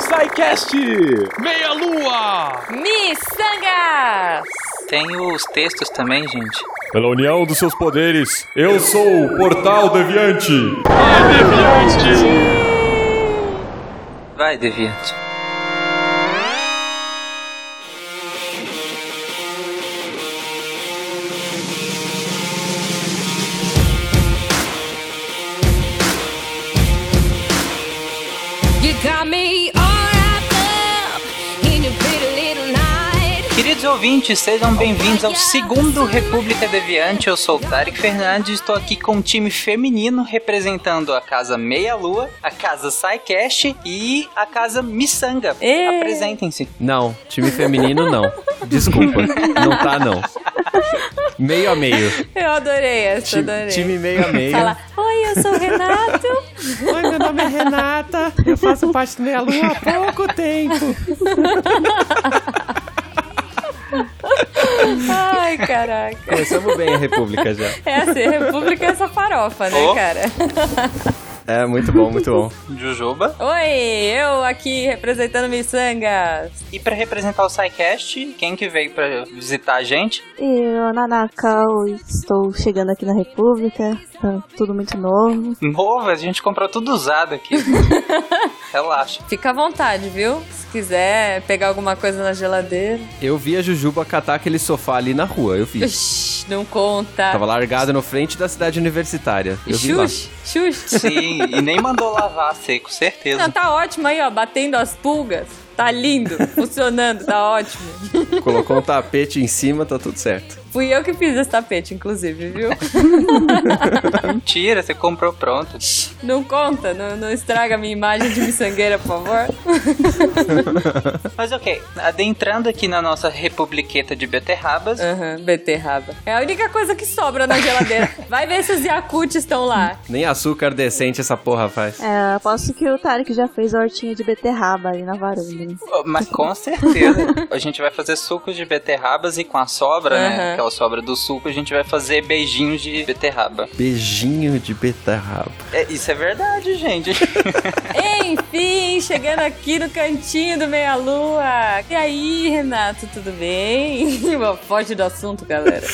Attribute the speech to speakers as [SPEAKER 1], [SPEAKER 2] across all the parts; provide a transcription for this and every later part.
[SPEAKER 1] SciCast! Meia Lua!
[SPEAKER 2] Missangas!
[SPEAKER 3] Tem os textos também, gente.
[SPEAKER 4] Pela união dos seus poderes, eu sou o Portal Deviante!
[SPEAKER 1] Deviante!
[SPEAKER 3] Vai, Deviante.
[SPEAKER 2] You got me all wrapped up in your pretty little night.
[SPEAKER 3] Queridos ouvintes, sejam bem-vindos ao segundo República Deviante. Eu sou o Tarek Fernandes, estou aqui com um time feminino representando a casa Meia Lua, a casa SciCast e a casa Missanga.
[SPEAKER 2] Ê!
[SPEAKER 3] Apresentem-se.
[SPEAKER 5] Não, time feminino não. Desculpa, não tá não. Meio a meio.
[SPEAKER 2] Eu adorei essa,
[SPEAKER 5] Ti-
[SPEAKER 2] adorei.
[SPEAKER 5] time meio a meio.
[SPEAKER 2] Fala, oi, eu sou o Renato.
[SPEAKER 6] Oi, meu nome é Renata, eu faço parte do Meia Lua há pouco tempo.
[SPEAKER 2] Ai, caraca.
[SPEAKER 5] Começamos bem a República já.
[SPEAKER 2] É assim, a República é essa farofa, né,
[SPEAKER 3] Ó.
[SPEAKER 2] cara?
[SPEAKER 5] É, muito bom, muito bom.
[SPEAKER 3] Jujuba.
[SPEAKER 2] Oi, eu aqui representando Missangas.
[SPEAKER 3] E para representar o SciCast, quem que veio para visitar a gente?
[SPEAKER 7] Eu, Nanakau, estou chegando aqui na República, tá tudo muito novo.
[SPEAKER 3] Novo, a gente comprou tudo usado aqui. Relaxa.
[SPEAKER 2] Fica à vontade, viu? Se quiser pegar alguma coisa na geladeira.
[SPEAKER 5] Eu vi a Jujuba catar aquele sofá ali na rua, eu vi.
[SPEAKER 2] Ixi, não conta.
[SPEAKER 5] Tava largado no frente da cidade universitária. Eu vi lá.
[SPEAKER 2] Xuxa, xuxa.
[SPEAKER 3] Sim, e nem mandou lavar seco, certeza.
[SPEAKER 2] Não, tá ótimo aí, ó, batendo as pulgas. Tá lindo, funcionando, tá ótimo.
[SPEAKER 5] Colocou um tapete em cima, tá tudo certo.
[SPEAKER 2] Fui eu que fiz esse tapete, inclusive, viu?
[SPEAKER 3] Mentira, você comprou pronto.
[SPEAKER 2] Não conta, não, não estraga a minha imagem de miçangueira, por favor.
[SPEAKER 3] Mas ok, adentrando aqui na nossa republiqueta de beterrabas,
[SPEAKER 2] Aham, beterraba. É a única coisa que sobra na geladeira. Vai ver se os Yakut estão lá.
[SPEAKER 5] Nem açúcar decente essa porra faz.
[SPEAKER 7] É, aposto que o Tarek já fez a hortinha de beterraba ali na varanda. né?
[SPEAKER 3] oh, mas com certeza a gente vai fazer sucos de beterrabas e com a sobra,
[SPEAKER 2] Aham.
[SPEAKER 3] né? Aquela sobra do suco, a gente vai fazer beijinhos de beterraba.
[SPEAKER 5] Beijinho de beterraba.
[SPEAKER 3] É, isso é verdade, gente.
[SPEAKER 2] Enfim, chegando aqui no cantinho do Meia Lua. E aí, Renato, tudo bem? Bom, Foge do assunto, galera.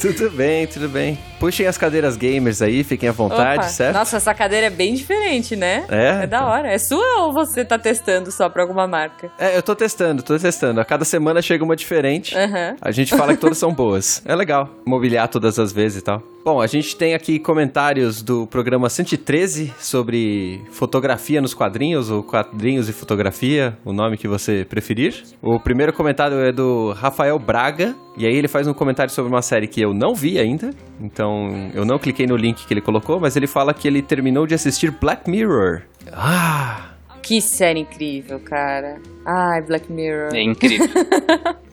[SPEAKER 5] Tudo bem, tudo bem. Puxem as cadeiras gamers aí, fiquem à vontade,
[SPEAKER 2] Opa.
[SPEAKER 5] certo?
[SPEAKER 2] Nossa, essa cadeira é bem diferente, né?
[SPEAKER 5] É?
[SPEAKER 2] É da hora. É sua ou você tá testando só pra alguma marca?
[SPEAKER 5] É, eu tô testando, tô testando. A cada semana chega uma diferente.
[SPEAKER 2] Aham.
[SPEAKER 5] A gente fala que todas são boas. É legal mobiliar todas as vezes e tal. Bom, a gente tem aqui comentários do programa 113 sobre fotografia nos quadrinhos, ou quadrinhos e fotografia, o nome que você preferir. O primeiro comentário é do Rafael Braga, e aí ele faz um comentário sobre uma série que eu não vi ainda, então eu não cliquei no link que ele colocou, mas ele fala que ele terminou de assistir Black Mirror. Ah!
[SPEAKER 2] Que série incrível, cara. Ai, Black Mirror.
[SPEAKER 3] É incrível.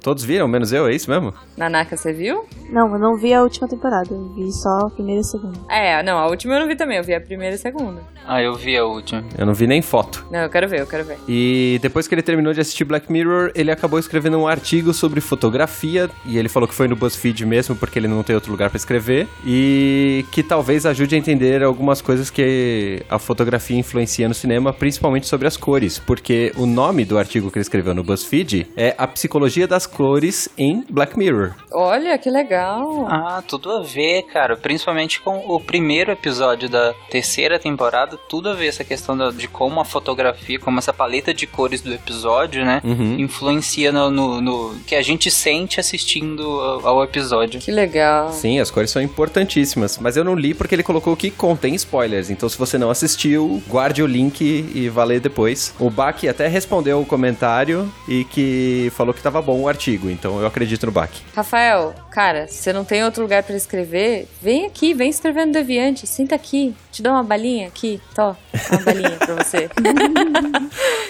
[SPEAKER 5] Todos viram, menos eu, é isso mesmo?
[SPEAKER 2] Nanaka, você viu?
[SPEAKER 7] Não, eu não vi a última temporada, eu vi só a primeira e a segunda.
[SPEAKER 2] É, não, a última eu não vi também, eu vi a primeira e a segunda.
[SPEAKER 3] Ah, eu vi a última.
[SPEAKER 5] Eu não vi nem foto.
[SPEAKER 2] Não, eu quero ver, eu quero ver.
[SPEAKER 5] E depois que ele terminou de assistir Black Mirror, ele acabou escrevendo um artigo sobre fotografia. E ele falou que foi no BuzzFeed mesmo, porque ele não tem outro lugar pra escrever. E que talvez ajude a entender algumas coisas que a fotografia influencia no cinema, principalmente sobre as cores. Porque o nome do artigo que ele escreveu no BuzzFeed é A Psicologia das Cores em Black Mirror.
[SPEAKER 2] Olha, que legal.
[SPEAKER 3] Ah, tudo a ver, cara. Principalmente com o primeiro episódio da terceira temporada, tudo a ver essa questão da- de como a fotografia, como essa paleta de cores do episódio, né? Influencia no, no- no que a gente sente assistindo ao- ao episódio.
[SPEAKER 2] Que legal.
[SPEAKER 5] Sim, as cores são importantíssimas, mas eu não li porque ele colocou que contém spoilers. Então, se você não assistiu, guarde o link e vá ler depois. O Bach até respondeu o comentário e que falou que tava bom o artigo, então eu acredito no Bach.
[SPEAKER 2] Rafael, cara, se você não tem outro lugar pra escrever, vem aqui, vem escrevendo Deviante. Senta aqui, te dou uma balinha aqui, tô, uma balinha pra você.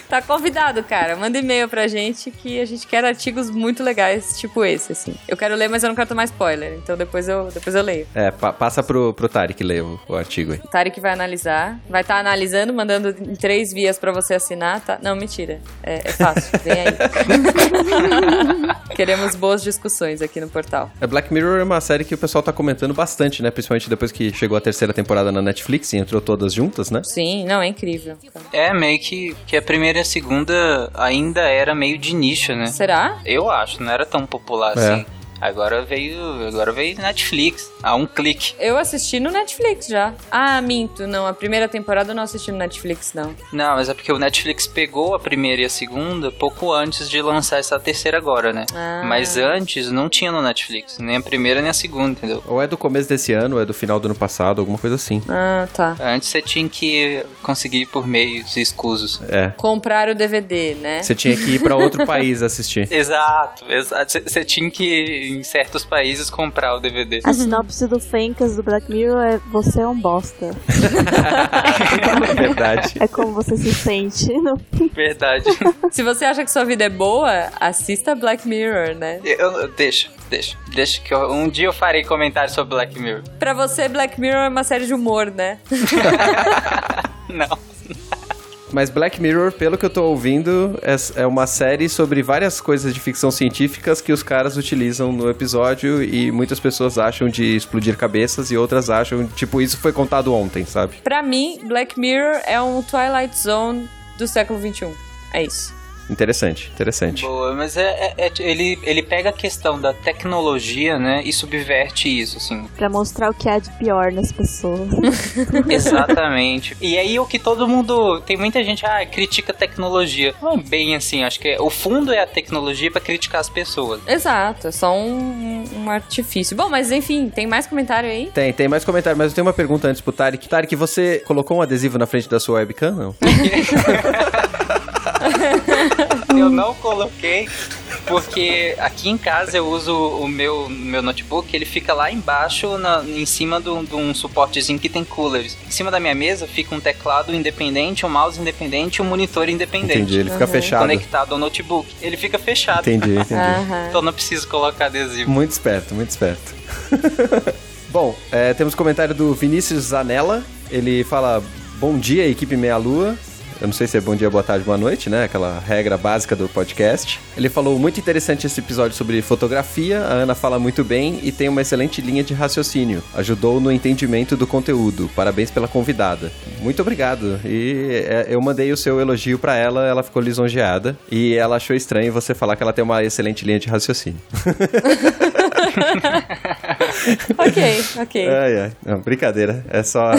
[SPEAKER 2] tá convidado, cara. Manda e-mail pra gente que a gente quer artigos muito legais, tipo esse, assim. Eu quero ler, mas eu não quero tomar spoiler, então depois eu, depois eu leio.
[SPEAKER 5] É, pa- passa pro, pro Tarek ler o, o artigo aí.
[SPEAKER 2] O Tarek vai analisar, vai estar analisando, mandando em três vias pra você assinar, tá? Não, mentira. É, é fácil, vem aí. Queremos boas discussões aqui no portal.
[SPEAKER 5] É, Black Mirror é uma série que o pessoal tá comentando bastante, né? Principalmente depois que chegou a terceira temporada na Netflix e entrou todas juntas, né?
[SPEAKER 2] Sim, não, é incrível.
[SPEAKER 3] É meio que, que a primeira e a segunda ainda era meio de nicho, né?
[SPEAKER 2] Será?
[SPEAKER 3] Eu acho, não era tão popular
[SPEAKER 5] É.
[SPEAKER 3] assim. Agora veio, agora veio Netflix, a um clique.
[SPEAKER 2] Eu assisti no Netflix já. Ah, minto, não. A primeira temporada eu não assisti no Netflix, não.
[SPEAKER 3] Não, mas é porque o Netflix pegou a primeira e a segunda pouco antes de lançar essa terceira agora, né?
[SPEAKER 2] Ah.
[SPEAKER 3] Mas antes não tinha no Netflix, nem a primeira nem a segunda, entendeu?
[SPEAKER 5] Ou é do começo desse ano, ou é do final do ano passado, alguma coisa assim.
[SPEAKER 2] Ah, tá.
[SPEAKER 3] Antes você tinha que conseguir por meios escusos.
[SPEAKER 5] É.
[SPEAKER 2] Comprar o DVD, né?
[SPEAKER 5] Você tinha que ir pra outro país assistir.
[SPEAKER 3] Exato, exato. Você- Você tinha que, em certos países, comprar o DVD.
[SPEAKER 7] A sinopse do Fencas do Black Mirror é você é um bosta.
[SPEAKER 5] Verdade.
[SPEAKER 7] É como você se sente. no-
[SPEAKER 3] Verdade.
[SPEAKER 2] Se você acha que sua vida é boa, assista Black Mirror, né?
[SPEAKER 3] Eu, eu- deixa, deixa. Deixa que eu- um dia eu farei comentário sobre Black Mirror.
[SPEAKER 2] Pra você, Black Mirror é uma série de humor, né?
[SPEAKER 3] Não.
[SPEAKER 5] Mas Black Mirror, pelo que eu tô ouvindo, é, é uma série sobre várias coisas de ficção científicas que os caras utilizam no episódio e muitas pessoas acham de explodir cabeças e outras acham, tipo, isso foi contado ontem, sabe?
[SPEAKER 2] Pra mim, Black Mirror é um Twilight Zone do século XXI. É isso.
[SPEAKER 5] Interessante, interessante.
[SPEAKER 3] Boa, mas é, é- é- ele, ele pega a questão da tecnologia, né, e subverte isso, assim.
[SPEAKER 7] Pra mostrar o que há de pior nas pessoas.
[SPEAKER 3] Exatamente. E aí o que todo mundo... Tem muita gente, ah, critica a tecnologia. Não é bem assim, acho que é- o fundo é a tecnologia pra criticar as pessoas.
[SPEAKER 2] Exato, é só um, um artifício. Bom, mas enfim, tem mais comentário aí?
[SPEAKER 5] Tem, tem mais comentário, mas eu tenho uma pergunta antes pro Tarek. Tarek, você colocou um adesivo na frente da sua webcam? Não? Hum.
[SPEAKER 3] Eu não coloquei porque aqui em casa eu uso o meu, meu notebook, ele fica lá embaixo, na- em cima de um, de um suportezinho que tem coolers. Em cima da minha mesa fica um teclado independente, um mouse independente e um monitor independente.
[SPEAKER 5] Entendi, ele fica fechado.
[SPEAKER 3] Conectado ao notebook. Ele fica fechado.
[SPEAKER 5] Entendi, entendi.
[SPEAKER 2] Aham.
[SPEAKER 3] Então não preciso colocar adesivo.
[SPEAKER 5] Muito esperto, muito esperto. Bom, é, temos comentário do Vinícius Zanella. Ele fala: Bom dia, equipe Meia Lua. Eu não sei se é bom dia, boa tarde, boa noite, né? Aquela regra básica do podcast. Ele falou muito interessante esse episódio sobre fotografia. A Ana fala muito bem e tem uma excelente linha de raciocínio. Ajudou no entendimento do conteúdo. Parabéns pela convidada. Muito obrigado. E é, eu mandei o seu elogio pra ela, ela ficou lisonjeada e ela achou estranho você falar que ela tem uma excelente linha de raciocínio.
[SPEAKER 2] ok, ok.
[SPEAKER 5] Ai, ai. é. Não, brincadeira. É só.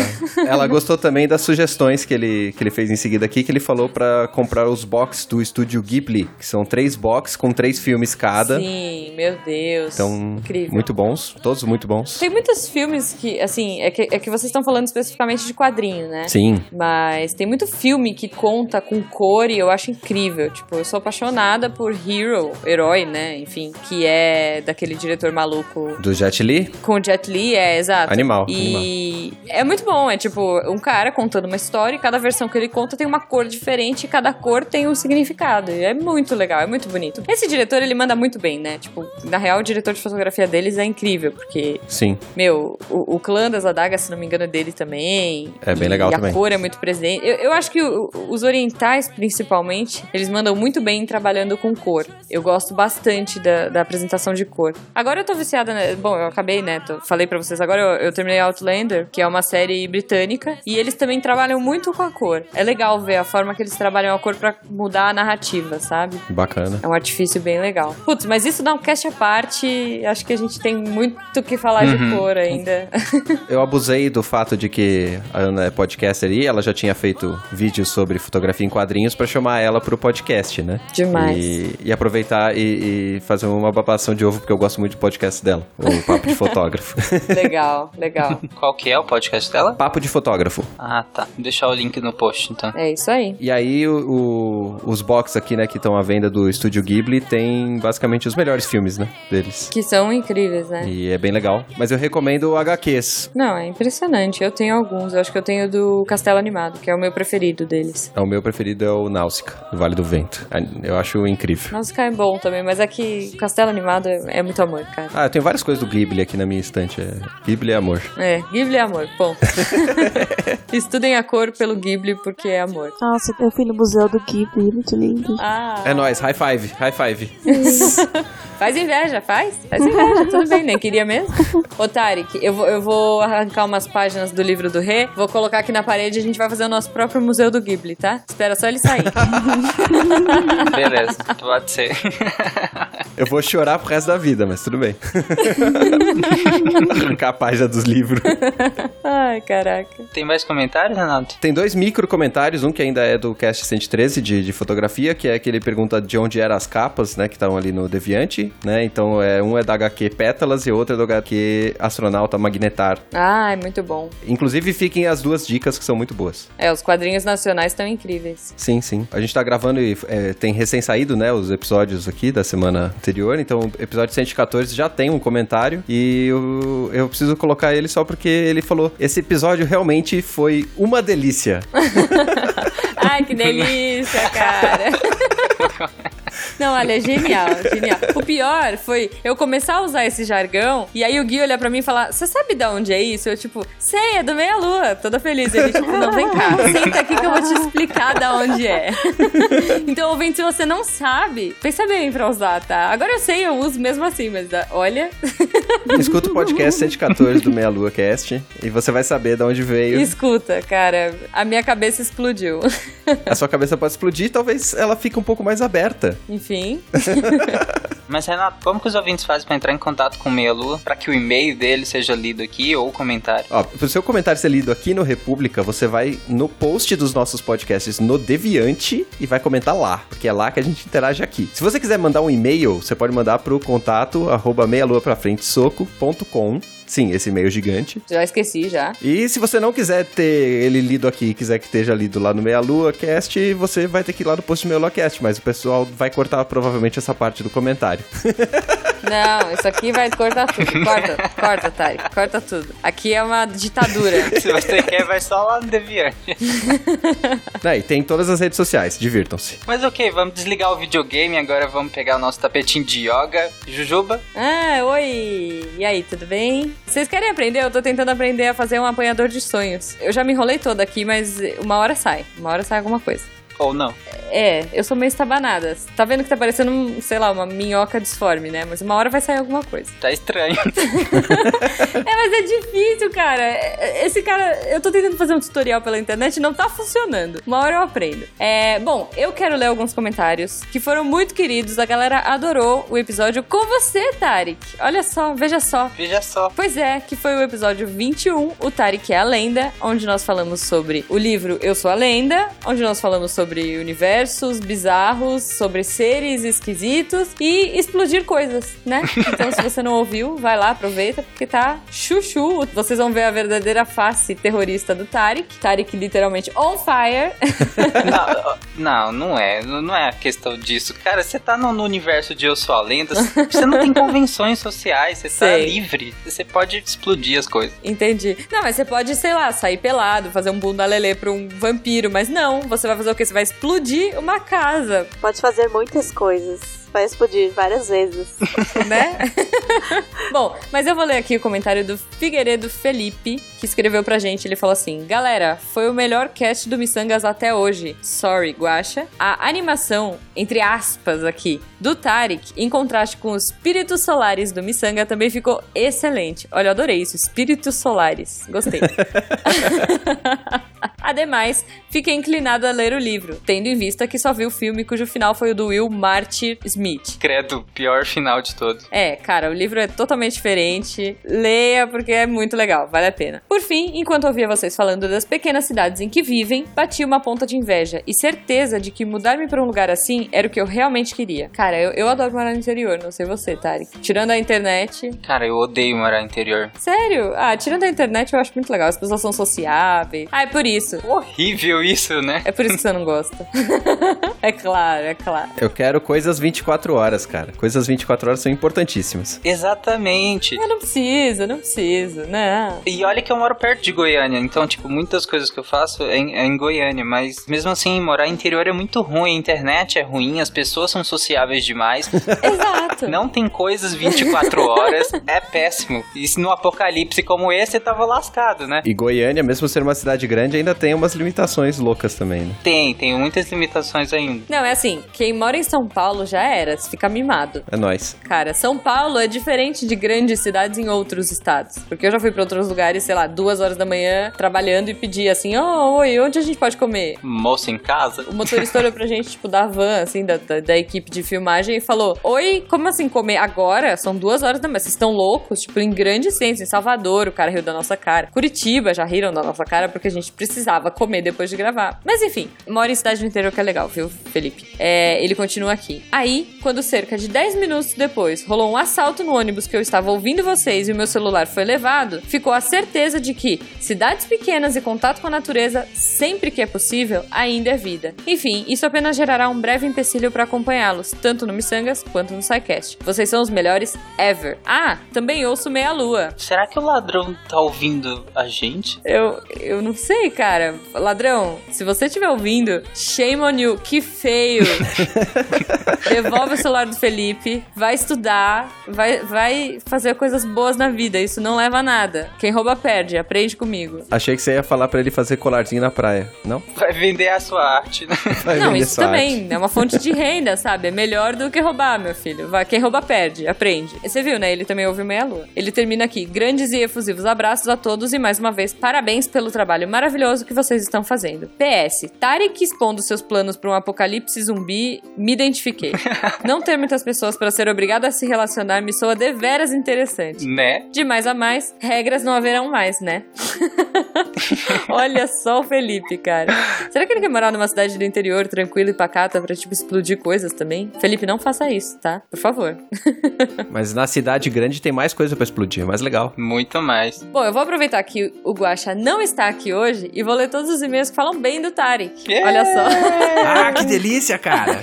[SPEAKER 5] Ela gostou também das sugestões que ele, que ele fez em seguida aqui, que ele falou pra comprar os box do estúdio Ghibli, que são três box com três filmes cada.
[SPEAKER 2] Sim, meu Deus.
[SPEAKER 5] Então,
[SPEAKER 2] incrível.
[SPEAKER 5] muito bons. Todos muito bons.
[SPEAKER 2] Tem muitos filmes que, assim, é que, é que vocês estão falando especificamente de quadrinho, né?
[SPEAKER 5] Sim.
[SPEAKER 2] Mas tem muito filme que conta com cor e eu acho incrível. Tipo, eu sou apaixonada por Hero, herói, né? Enfim, que é daquele diretor maluco
[SPEAKER 5] Do Jet Li?
[SPEAKER 2] com o Jet Li, é, exato.
[SPEAKER 5] Animal,
[SPEAKER 2] E é muito bom, é tipo, um cara contando uma história e cada versão que ele conta tem uma cor diferente e cada cor tem um significado. E é muito legal, é muito bonito. Esse diretor, ele manda muito bem, né? Tipo, na real, o diretor de fotografia deles é incrível, porque
[SPEAKER 5] Sim.
[SPEAKER 2] meu, o, o clã das adagas, se não me engano, é dele também.
[SPEAKER 5] É bem
[SPEAKER 2] E-
[SPEAKER 5] legal
[SPEAKER 2] e
[SPEAKER 5] também.
[SPEAKER 2] a cor é muito presente. Eu, eu acho que o- os orientais, principalmente, eles mandam muito bem trabalhando com cor. Eu gosto bastante da, da apresentação de cor. Agora eu tô viciada, né? Bom, eu acabei, né? Tô- falei pra vocês agora, eu, eu terminei Outlander, que é uma série britânica, e eles também trabalham muito com a cor. É legal ver a forma que eles trabalham a cor pra mudar a narrativa, sabe?
[SPEAKER 5] Bacana.
[SPEAKER 2] É um artifício bem legal. Putz, mas isso dá um cast à parte. Acho que a gente tem muito o que falar de cor ainda.
[SPEAKER 5] Eu abusei do fato de que a Ana é podcaster e ela já tinha feito vídeos sobre fotografia em quadrinhos pra chamar ela pro podcast, né?
[SPEAKER 2] Demais.
[SPEAKER 5] E, e aproveitar e, e fazer uma babação de ovo, porque eu gosto muito do podcast dela, o Papo de Fotógrafo.
[SPEAKER 2] legal, legal.
[SPEAKER 3] Qual que é o podcast dela?
[SPEAKER 5] Papo de Fotógrafo.
[SPEAKER 3] Ah, tá. Vou deixar o link no post, então.
[SPEAKER 2] É isso aí.
[SPEAKER 5] E aí, o- o- os box aqui, né, que estão à venda do Estúdio Ghibli, tem basicamente os melhores filmes, né, deles.
[SPEAKER 2] Que são incríveis, né?
[SPEAKER 5] E é bem legal. Mas eu recomendo o HQs.
[SPEAKER 2] Não, é impressionante. Eu tenho alguns. Eu acho que eu tenho do Castelo Animado, que é o meu preferido deles.
[SPEAKER 5] O meu preferido é o Náusica, do Vale do Vento. Eu acho incrível.
[SPEAKER 2] Nossa, é bom também, mas é que Castelo Animado é, é muito amor, cara. verdade.
[SPEAKER 5] Ah, eu tenho várias coisas do Ghibli aqui na minha estante. É... Ghibli é amor.
[SPEAKER 2] É, Ghibli é amor, ponto. Estudem a cor pelo Ghibli porque é amor.
[SPEAKER 7] Nossa, eu fui no museu do Ghibli, é muito lindo.
[SPEAKER 2] Ah.
[SPEAKER 5] É nóis, high five, high five.
[SPEAKER 2] Faz inveja, faz. Faz inveja, tudo bem, nem queria mesmo. Ô, Tarek, eu vou, eu vou arrancar umas páginas do livro do Rê, vou colocar aqui na parede e a gente vai fazer o nosso próprio museu do Ghibli, tá? Espera só ele sair.
[SPEAKER 3] Beleza, pode ser.
[SPEAKER 5] Eu vou chorar pro resto da vida, mas tudo bem. Arrancar a página dos livros.
[SPEAKER 2] Ai, caraca.
[SPEAKER 3] Tem mais comentários, Renato?
[SPEAKER 5] Tem dois micro comentários, um que ainda é do cast 113 de, de fotografia, que é que ele pergunta de onde eram as capas, né, que estavam ali no Deviante, né? Então, é, um é da HQ Pétalas e outro é do HQ Astronauta Magnetar.
[SPEAKER 2] Ai, muito bom.
[SPEAKER 5] Inclusive, fiquem as duas dicas que são muito boas.
[SPEAKER 2] É, os quadrinhos nacionais estão incríveis.
[SPEAKER 5] Sim, sim. A gente tá gravando e é, tem recém saído, né, os episódios aqui da semana anterior, então o episódio 114 já tem um comentário e eu, eu preciso colocar ele só porque ele falou, esse episódio realmente foi uma delícia.
[SPEAKER 2] Ai, que delícia, cara. Não, olha, é genial, genial. O pior foi eu começar a usar esse jargão e aí o Gui olhar pra mim e falar: Você sabe de onde é isso? Eu, tipo, sei, é do Meia Lua, toda feliz. Ele, tipo, não, vem cá, senta aqui que eu vou te explicar da onde é. então, ouvinte, se você não sabe, pensa bem pra usar, tá? Agora eu sei, eu uso mesmo assim, mas ah, olha,
[SPEAKER 5] Escuta o podcast 114 do Meia Lua Cast e você vai saber de onde veio.
[SPEAKER 2] escuta, cara, a minha cabeça explodiu.
[SPEAKER 5] A sua cabeça pode explodir, talvez ela fique um pouco mais aberta.
[SPEAKER 2] Enfim,
[SPEAKER 3] Mas, Renato, como que os ouvintes fazem pra entrar em contato com o Meia Lua? Pra que o e-mail dele seja lido aqui ou o comentário?
[SPEAKER 5] Ó, pro seu comentário ser lido aqui no República, você vai no post dos nossos podcasts no Deviante e vai comentar lá, porque é lá que a gente interage aqui. Se você quiser mandar um e-mail, você pode mandar pro contato arroba meialuaprafrentesoco.com. Sim, esse e-mail gigante.
[SPEAKER 2] já esqueci já.
[SPEAKER 5] E se você não quiser ter ele lido aqui e quiser que esteja lido lá no Meia Lua Cast, você vai ter que ir lá no post do Meia Lua Cast, mas o pessoal vai cortar provavelmente essa parte do comentário.
[SPEAKER 2] Não, isso aqui vai cortar tudo. Corta, corta, Tarek, corta tudo. Aqui é uma ditadura.
[SPEAKER 3] Se você quer, vai só lá no Deviante.
[SPEAKER 5] Daí tem todas as redes sociais, divirtam-se.
[SPEAKER 3] Mas ok, vamos desligar o videogame, agora vamos pegar o nosso tapetinho de yoga. Jujuba,
[SPEAKER 2] Ah, oi! E aí, tudo bem? Vocês querem aprender? Eu tô tentando aprender a fazer um apanhador de sonhos. Eu já me enrolei toda aqui, mas uma hora sai. Uma hora sai alguma coisa.
[SPEAKER 3] ou não?
[SPEAKER 2] É, eu sou meio estabanada. Tá vendo que tá parecendo, um, sei lá, uma minhoca disforme, né? Mas uma hora vai sair alguma coisa.
[SPEAKER 3] Tá estranho.
[SPEAKER 2] é, mas é difícil, cara. É, é, Esse cara, eu tô tentando fazer um tutorial pela internet e não tá funcionando. Uma hora eu aprendo. É, bom, eu quero ler alguns comentários que foram muito queridos. A galera adorou o episódio com você, Tarek. Olha só, veja só.
[SPEAKER 3] Veja só.
[SPEAKER 2] Pois é, que foi o episódio 21, o Tarek é a Lenda, onde nós falamos sobre o livro Eu Sou a Lenda, onde nós falamos sobre universos bizarros, sobre seres esquisitos e explodir coisas, né? Então, se você não ouviu, vai lá, aproveita, porque tá chuchu. Vocês vão ver a verdadeira face terrorista do Tarek. Tarek literalmente on fire.
[SPEAKER 3] Não, não, não é. Não não é a questão disso. Cara, você tá no, no universo de Eu Sou a Lenda, você não tem convenções sociais, você tá
[SPEAKER 2] Sei.
[SPEAKER 3] livre. Você pode explodir as coisas.
[SPEAKER 2] Entendi. Não, mas você pode, sei lá, sair pelado, fazer um bunda lelê pra um vampiro, mas não. Você vai fazer o quê? Você vai explodir uma casa,
[SPEAKER 7] Pode fazer muitas coisas. Vai explodir várias vezes.
[SPEAKER 2] né? Bom, mas eu vou ler aqui o comentário do Figueiredo Felipe, que escreveu pra gente. Ele falou assim: Galera, foi o melhor cast do Missangas até hoje. Sorry, guacha. A animação, entre aspas aqui, do Tarek, em contraste com os espíritos solares do Missanga, também ficou excelente. Olha, eu adorei isso. Espíritos solares. Gostei. Ademais, fiquei inclinado a ler o livro, tendo em vista que só vi o filme cujo final foi o do Will Martyr Smith.
[SPEAKER 3] Credo, pior final de todos.
[SPEAKER 2] É, cara, o livro é totalmente diferente. Leia porque é muito legal, vale a pena. Por fim, enquanto ouvia vocês falando das pequenas cidades em que vivem, bati uma ponta de inveja e certeza de que mudar-me pra um lugar assim era o que eu realmente queria. Cara, eu, eu adoro morar no interior, não sei você, Tarek. Tirando a internet.
[SPEAKER 3] Cara, eu odeio morar no interior.
[SPEAKER 2] Sério? Ah, tirando a internet eu acho muito legal. As pessoas são sociáveis. Ah, é por isso.
[SPEAKER 3] Horrível isso, né?
[SPEAKER 2] É por isso que você não gosta. É claro, é claro.
[SPEAKER 5] Eu quero coisas 24 horas, cara. Coisas 24 horas são importantíssimas.
[SPEAKER 3] Exatamente.
[SPEAKER 2] Eu não preciso, não preciso, não.
[SPEAKER 3] E olha que eu moro perto de Goiânia, então, tipo, muitas coisas que eu faço é em, é em Goiânia, mas mesmo assim, morar interior é muito ruim, a internet é ruim, as pessoas são sociáveis demais,
[SPEAKER 2] Exato.
[SPEAKER 3] não tem coisas 24 horas, é péssimo. E se no apocalipse como esse, você tava lascado, né?
[SPEAKER 5] E Goiânia, mesmo ser uma cidade grande, ainda tem umas limitações loucas também, né?
[SPEAKER 3] Tem, tem muitas limitações ainda.
[SPEAKER 2] Não, é assim, quem mora em São Paulo já era, se fica mimado.
[SPEAKER 5] É nóis.
[SPEAKER 2] Cara, São Paulo é diferente de grandes cidades em outros estados. Porque eu já fui pra outros lugares, sei lá, duas horas da manhã, trabalhando e pedi assim, ó, oi, onde a gente pode comer?
[SPEAKER 3] Moça em casa?
[SPEAKER 2] O motorista olhou pra gente, tipo, da van, assim, da, da, da equipe de filmagem e falou, oi, como assim comer agora? São duas horas da manhã, vocês estão loucos? Tipo, em grandes centros, em Salvador, o cara riu da nossa cara. Curitiba já riram da nossa cara porque a gente precisava comer depois de gravar. Mas enfim, mora em cidade do interior que é legal, viu, Felipe? É, ele continua aqui. Aí, quando cerca de 10 minutos depois rolou um assalto no ônibus que eu estava ouvindo vocês e o meu celular foi levado, ficou a certeza de que cidades pequenas e contato com a natureza, sempre que é possível, ainda é vida. Enfim, isso apenas gerará um breve empecilho para acompanhá-los, tanto no Missangas quanto no SciCast. Vocês são os melhores ever. Ah, também ouço Meia Lua.
[SPEAKER 3] Será que o ladrão tá ouvindo a gente?
[SPEAKER 2] Eu, eu não sei, cara. Ladrão, se você estiver ouvindo, shame on you, que feio. Devolve o celular do Felipe, vai estudar, vai, vai fazer coisas boas na vida. Isso não leva a nada. Quem rouba perde, aprende comigo.
[SPEAKER 5] Achei que você ia falar pra ele fazer colarzinho na praia. Não?
[SPEAKER 3] Vai vender a sua arte, né?
[SPEAKER 5] Vai
[SPEAKER 2] não,
[SPEAKER 5] vender
[SPEAKER 2] isso
[SPEAKER 5] sua
[SPEAKER 2] também.
[SPEAKER 5] arte.
[SPEAKER 2] É uma fonte de renda, sabe? É melhor do que roubar, meu filho. Vai, quem rouba perde, aprende. E Você viu, né? Ele também ouve meia lua. Ele termina aqui. Grandes e efusivos abraços a todos e mais uma vez parabéns pelo trabalho maravilhoso que vocês estão fazendo. PS, Tarek expondo seus planos para um apocalipse zumbi, me identifiquei. Não ter muitas pessoas para ser obrigado a se relacionar me soa deveras interessante.
[SPEAKER 3] Né?
[SPEAKER 2] De mais a mais, regras não haverão mais, né? Olha só o Felipe, cara. Será que ele quer morar numa cidade do interior tranquila e pacata pra, tipo, explodir coisas também? Felipe, não faça isso, tá? Por favor.
[SPEAKER 5] Mas na cidade grande tem mais coisa pra explodir, é mais legal.
[SPEAKER 3] Muito mais.
[SPEAKER 2] Bom, eu vou aproveitar que o Guaxa não está aqui hoje e vou ler todos os e-mails que falam bem do Tarek.
[SPEAKER 3] Yeah!
[SPEAKER 2] Olha só.
[SPEAKER 5] Ah, que delícia, cara!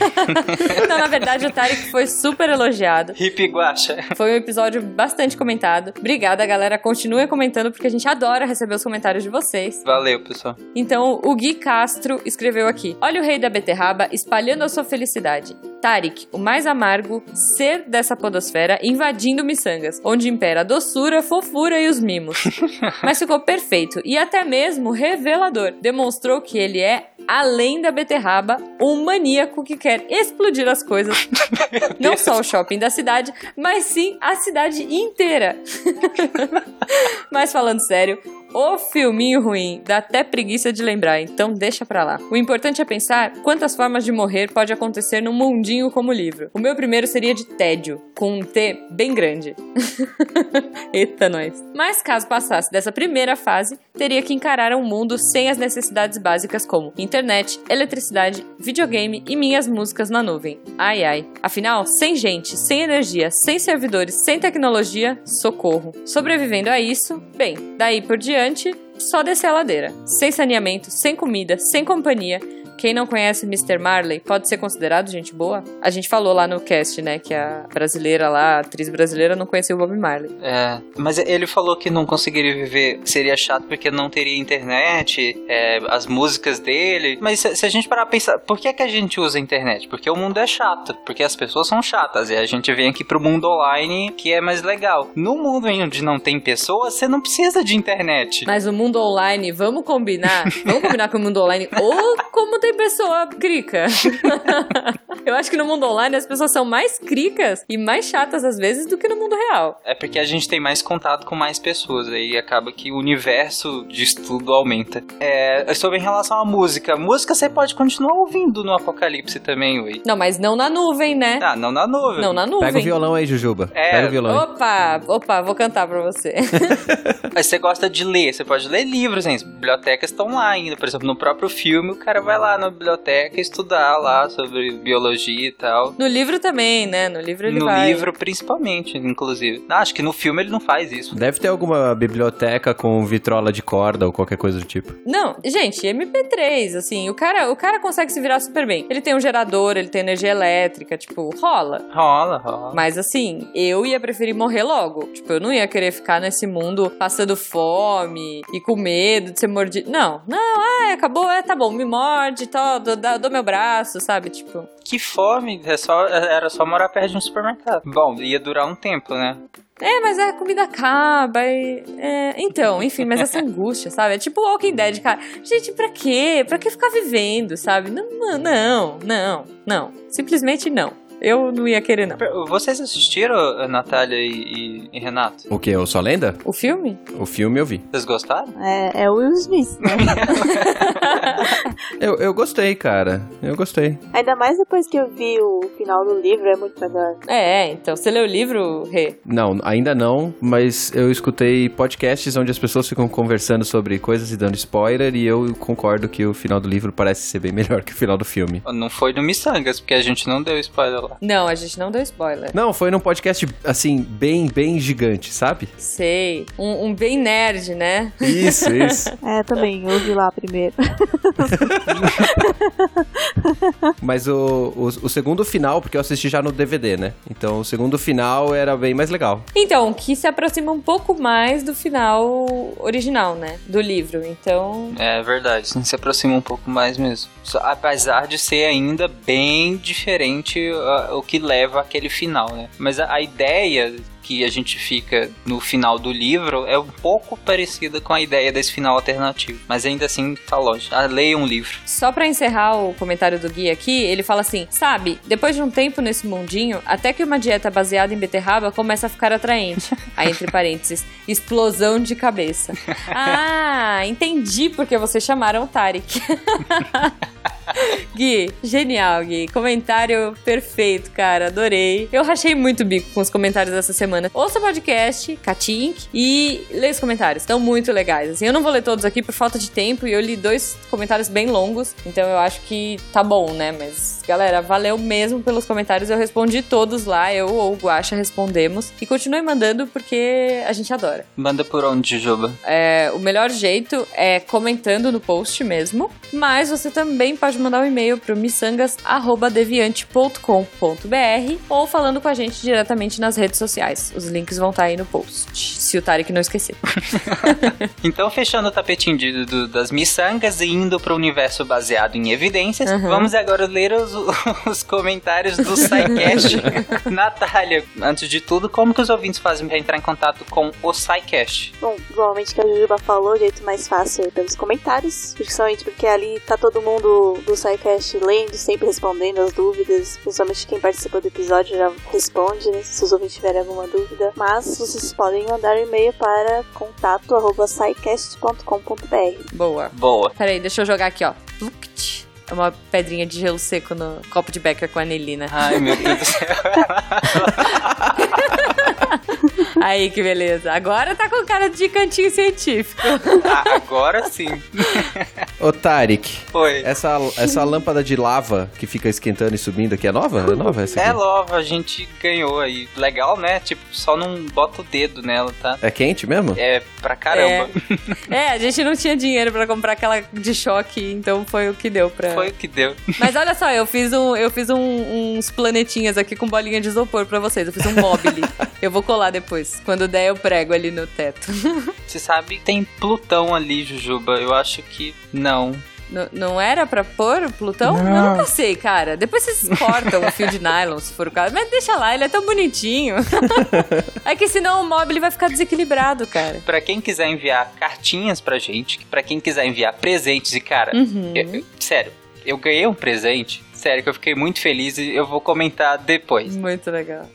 [SPEAKER 2] Não, na verdade, o Tarek foi super elogiado.
[SPEAKER 3] Hip guacha.
[SPEAKER 2] Foi um episódio bastante comentado. Obrigada, galera. Continuem comentando, porque a gente adora receber os comentários de vocês.
[SPEAKER 3] Valeu, pessoal.
[SPEAKER 2] Então, o Gui Castro escreveu aqui: Olha o rei da beterraba espalhando a sua felicidade. Tarik, o mais amargo, ser dessa podosfera, invadindo miçangas, onde impera a doçura, a fofura e os mimos. Mas ficou perfeito e até mesmo revelador. Demonstrou que ele é, além da beterraba, um maníaco que quer explodir as coisas. Não só o shopping da cidade, mas sim a cidade inteira. Mas falando sério, o filminho ruim dá até preguiça de lembrar, então deixa pra lá. O importante é pensar quantas formas de morrer pode acontecer num mundinho como o livro. O meu primeiro seria de tédio, com um T bem grande. Eita, nós. Mas caso passasse dessa primeira fase, teria que encarar um mundo sem as necessidades básicas como internet, eletricidade, videogame e minhas músicas na nuvem. Ai ai. Afinal, sem gente, sem energia, sem servidores, sem tecnologia, socorro. Sobrevivendo a isso, bem, daí por diante, só descer a ladeira. Sem saneamento, sem comida, sem companhia. Quem não conhece Mr. Marley pode ser considerado gente boa? A gente falou lá no cast, né, que a brasileira lá, a atriz brasileira, não conhecia o Bob Marley.
[SPEAKER 3] É, mas ele falou que não conseguiria viver, seria chato porque não teria internet, é, as músicas dele. Mas se, se a gente parar pra pensar, por que, que a gente usa a internet? Porque o mundo é chato, porque as pessoas são chatas e a gente vem aqui pro mundo online que é mais legal. No mundo em onde não tem pessoas, você não precisa de internet.
[SPEAKER 2] Mas o mundo online, vamos combinar? Vamos combinar com o mundo online? Ou como tem pessoa crica? Eu acho que no mundo online as pessoas são mais cricas e mais chatas às vezes do que no mundo real.
[SPEAKER 3] É porque a gente tem mais contato com mais pessoas, aí acaba que o universo de estudo aumenta. É, sobre em relação à música, música você pode continuar ouvindo no Apocalipse também, Ui.
[SPEAKER 2] Não, mas não na nuvem, né?
[SPEAKER 3] Ah, não na nuvem.
[SPEAKER 2] Não na nuvem.
[SPEAKER 5] Pega o violão aí, Jujuba.
[SPEAKER 3] É.
[SPEAKER 5] Pega o violão aí.
[SPEAKER 2] Opa, opa, vou cantar pra você.
[SPEAKER 3] Mas você gosta de ler, você pode ler livros, hein? As bibliotecas estão lá ainda. Por exemplo, no próprio filme, o cara vai lá lá na biblioteca estudar lá sobre biologia e tal.
[SPEAKER 2] No livro também, né? No livro ele
[SPEAKER 3] no
[SPEAKER 2] vai.
[SPEAKER 3] livro, principalmente, inclusive. Ah, Acho que no filme ele não faz isso.
[SPEAKER 5] Deve ter alguma biblioteca com vitrola de corda ou qualquer coisa do tipo.
[SPEAKER 2] Não, gente, MP3, assim, o cara, o cara consegue se virar super bem. Ele tem um gerador, ele tem energia elétrica, tipo, rola.
[SPEAKER 3] Rola, rola.
[SPEAKER 2] Mas assim, eu ia preferir morrer logo. Tipo, eu não ia querer ficar nesse mundo passando fome e com medo de ser mordido. Não, não, ah, acabou, é, tá bom, me morde, tal, dou, dá- dou meu braço, sabe? Tipo,
[SPEAKER 3] Que fome, é só- era só morar perto de um supermercado. Bom, ia durar um tempo, né?
[SPEAKER 2] é, mas é, a comida acaba e. é, então, enfim, mas essa angústia, sabe? É tipo Walking Dead, cara. Gente, pra quê? Pra que ficar vivendo, sabe? Não, não, não, não, não. Simplesmente não. Eu não ia querer, não.
[SPEAKER 3] Vocês assistiram, Natália e, e- e Renato?
[SPEAKER 5] O que? Eu sou a lenda?
[SPEAKER 2] O filme?
[SPEAKER 5] O filme eu vi.
[SPEAKER 3] Vocês gostaram?
[SPEAKER 7] É, é o Will Smith, né?
[SPEAKER 5] Eu, eu gostei, cara. Eu gostei.
[SPEAKER 7] Ainda mais depois que eu vi o final do livro, é muito melhor.
[SPEAKER 2] É, então. Você leu o livro, Rê?
[SPEAKER 5] Não, ainda não, mas eu escutei podcasts onde as pessoas ficam conversando sobre coisas e dando spoiler, e eu concordo que o final do livro parece ser bem melhor que o final do filme.
[SPEAKER 3] Não foi no Missangas, porque a gente não deu spoiler lá.
[SPEAKER 2] Não, a gente não deu spoiler.
[SPEAKER 5] Não, foi num podcast, assim, bem, bem gigante, sabe?
[SPEAKER 2] Sei. Um, um bem nerd, né?
[SPEAKER 5] Isso, isso.
[SPEAKER 7] É, também, ouvi lá primeiro.
[SPEAKER 5] Mas o, o, o segundo final, porque eu assisti já no DVD, né? Então o segundo final era bem mais legal.
[SPEAKER 2] Então, que se aproxima um pouco mais do final original, né? Do livro. Então.
[SPEAKER 3] É verdade, se aproxima um pouco mais mesmo. Só- Apesar de ser ainda bem diferente ah, o que leva àquele final, né? Mas a, a ideia que a gente fica no final do livro é um pouco parecida com a ideia desse final alternativo. Mas ainda assim tá longe. Ah, leia um livro.
[SPEAKER 2] Só pra encerrar o comentário do Gui aqui, ele fala assim: sabe, depois de um tempo nesse mundinho, até que uma dieta baseada em beterraba começa a ficar atraente. Aí, entre parênteses, explosão de cabeça. Ah, entendi porque vocês chamaram o Tarek. Gui, genial, Gui. Comentário perfeito, cara. Adorei. Eu rachei muito o bico com os comentários dessa semana. Ouça o podcast, Catink, e lê os comentários. Estão muito legais. Assim, eu não vou ler todos aqui por falta de tempo e eu li dois comentários bem longos. Então eu acho que tá bom, né? Mas, galera, valeu mesmo pelos comentários. Eu respondi todos lá. Eu ou o Guaxa respondemos. E continue mandando porque a gente adora.
[SPEAKER 3] Manda por onde, Juba?
[SPEAKER 2] É, o melhor jeito é comentando no post mesmo, mas você também pode mandar um e-mail pro missangas@deviante.com.br ou falando com a gente diretamente nas redes sociais. Os links vão estar aí no post, se o Tarek não esquecer.
[SPEAKER 3] Então, fechando o tapetinho de- do- das miçangas e indo para o universo baseado em evidências,
[SPEAKER 2] Uhum.
[SPEAKER 3] vamos agora ler os, os comentários do SciCast. Natália, antes de tudo, como que os ouvintes fazem para entrar em contato com o SciCast?
[SPEAKER 7] Bom, igualmente que a Jujuba falou, o jeito mais fácil é pelos comentários, principalmente porque ali tá todo mundo do SciCast lendo, sempre respondendo as dúvidas, principalmente quem participa do episódio já responde, né, se os ouvintes tiverem alguma dúvida. Mas vocês podem mandar um e-mail para contato.scicast.com.br.
[SPEAKER 2] Boa.
[SPEAKER 3] Boa.
[SPEAKER 2] Peraí, deixa eu jogar aqui, ó. Plukt. É uma pedrinha de gelo seco no copo de Becker com anelina.
[SPEAKER 3] Ai, meu Deus do céu.
[SPEAKER 2] Aí, que beleza. Agora tá com cara de cantinho científico.
[SPEAKER 3] Ah, agora sim.
[SPEAKER 5] Ô, Tarek,
[SPEAKER 3] Foi.
[SPEAKER 5] essa, essa lâmpada de lava que fica esquentando e subindo aqui é nova? É nova essa
[SPEAKER 3] É
[SPEAKER 5] aqui?
[SPEAKER 3] nova, a gente ganhou aí. Legal, né? Tipo, só não bota o dedo nela, tá?
[SPEAKER 5] É quente mesmo?
[SPEAKER 3] É pra caramba.
[SPEAKER 2] É, a gente não tinha dinheiro pra comprar aquela de choque, então foi o que deu pra.
[SPEAKER 3] Foi o que deu.
[SPEAKER 2] Mas olha só, eu fiz, um, eu fiz um- uns planetinhas aqui com bolinha de isopor pra vocês. Eu fiz um mobile. eu vou colar depois. Quando der, eu prego ali no teto.
[SPEAKER 3] Você sabe, tem Plutão ali, Jujuba. Eu acho que não.
[SPEAKER 2] N- não era pra pôr o Plutão? Eu nunca sei, cara. Depois vocês cortam o fio de nylon, se for o caso. Mas deixa lá, ele é tão bonitinho. é que senão o mobile vai ficar desequilibrado, cara.
[SPEAKER 3] Pra quem quiser enviar cartinhas pra gente, pra quem quiser enviar presentes, e cara,
[SPEAKER 2] Uhum.
[SPEAKER 3] eu- eu- sério, eu ganhei um presente, sério, que eu fiquei muito feliz e eu vou comentar depois.
[SPEAKER 2] Muito legal.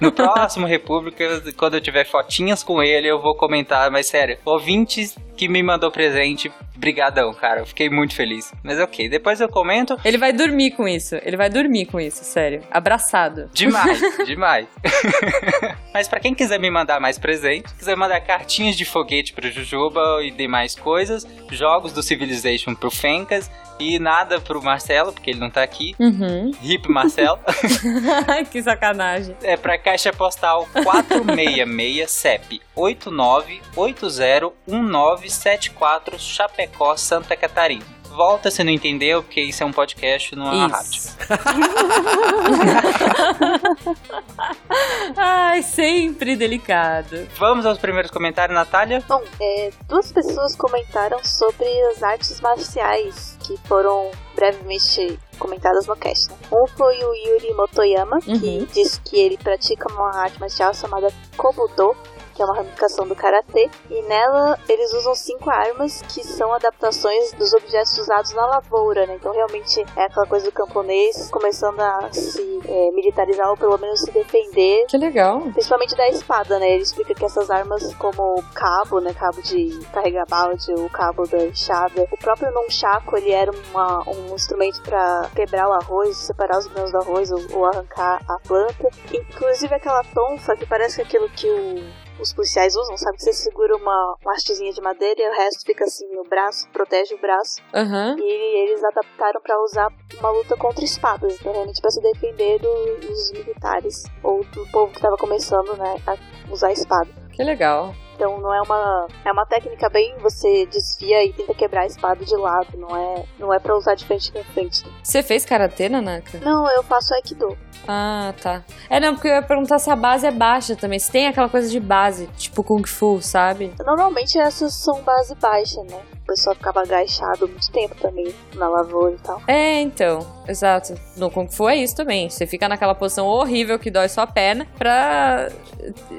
[SPEAKER 3] No próximo República, quando eu tiver fotinhas com ele, eu vou comentar, mas sério, ouvintes, que me mandou presente. Brigadão, cara. Eu fiquei muito feliz. Mas ok, depois eu comento.
[SPEAKER 2] Ele vai dormir com isso. Ele vai dormir com isso, sério. Abraçado.
[SPEAKER 3] Demais, demais. Mas pra quem quiser me mandar mais presente, quiser mandar cartinhas de foguete pro Jujuba e demais coisas, jogos do Civilization pro Fencas e nada pro Marcelo, porque ele não tá aqui.
[SPEAKER 2] Uhum.
[SPEAKER 3] Hip Marcelo.
[SPEAKER 2] que sacanagem.
[SPEAKER 3] É pra caixa postal 466 CEP 89801974 Chapecó, Santa Catarina. Volta se não entendeu, porque isso é um podcast, não é uma rádio.
[SPEAKER 2] Isso. Ai, sempre delicado.
[SPEAKER 3] Vamos aos primeiros comentários, Natália.
[SPEAKER 7] Bom, é, duas pessoas comentaram sobre as artes marciais que foram brevemente comentadas no cast. né? Um foi o Yuri Motoyama, que
[SPEAKER 2] Uhum.
[SPEAKER 7] disse que ele pratica uma arte marcial chamada Kobudo, que é uma ramificação do karatê, e nela eles usam cinco armas que são adaptações dos objetos usados na lavoura, né? Então realmente é aquela coisa do camponês começando a se é, militarizar ou pelo menos se defender
[SPEAKER 2] Que legal.
[SPEAKER 7] Principalmente da espada, né? Ele explica que essas armas, como o cabo, né? Cabo de carregar balde, o cabo da enxada. O próprio nunchaku, ele era uma- um instrumento pra quebrar o arroz, separar os grãos do arroz ou, ou arrancar a planta. Inclusive aquela tonfa, que parece aquilo que o- Os policiais usam, sabe? Que você segura uma uma hastezinha de madeira e o resto fica assim no braço, protege o braço.
[SPEAKER 2] Aham.
[SPEAKER 7] E eles adaptaram pra usar uma luta contra espadas, né? realmente pra se defender do- dos militares ou do povo que tava começando, né, a usar espada.
[SPEAKER 2] Que legal.
[SPEAKER 7] Então não é uma é uma técnica bem você desvia e tenta quebrar a espada de lado, não é não é para usar de frente com frente.
[SPEAKER 2] Você fez karatê, Nanaka?
[SPEAKER 7] Não, eu faço aikido.
[SPEAKER 2] Ah, tá. É, não, porque eu ia perguntar se a base é baixa também. Se tem aquela coisa de base, tipo Kung Fu, sabe?
[SPEAKER 7] Normalmente essas são base baixa, né? O pessoal ficava agachado muito tempo também na lavoura e tal.
[SPEAKER 2] É, então. Exato. No Kung Fu é isso também. Você fica naquela posição horrível que dói sua perna pra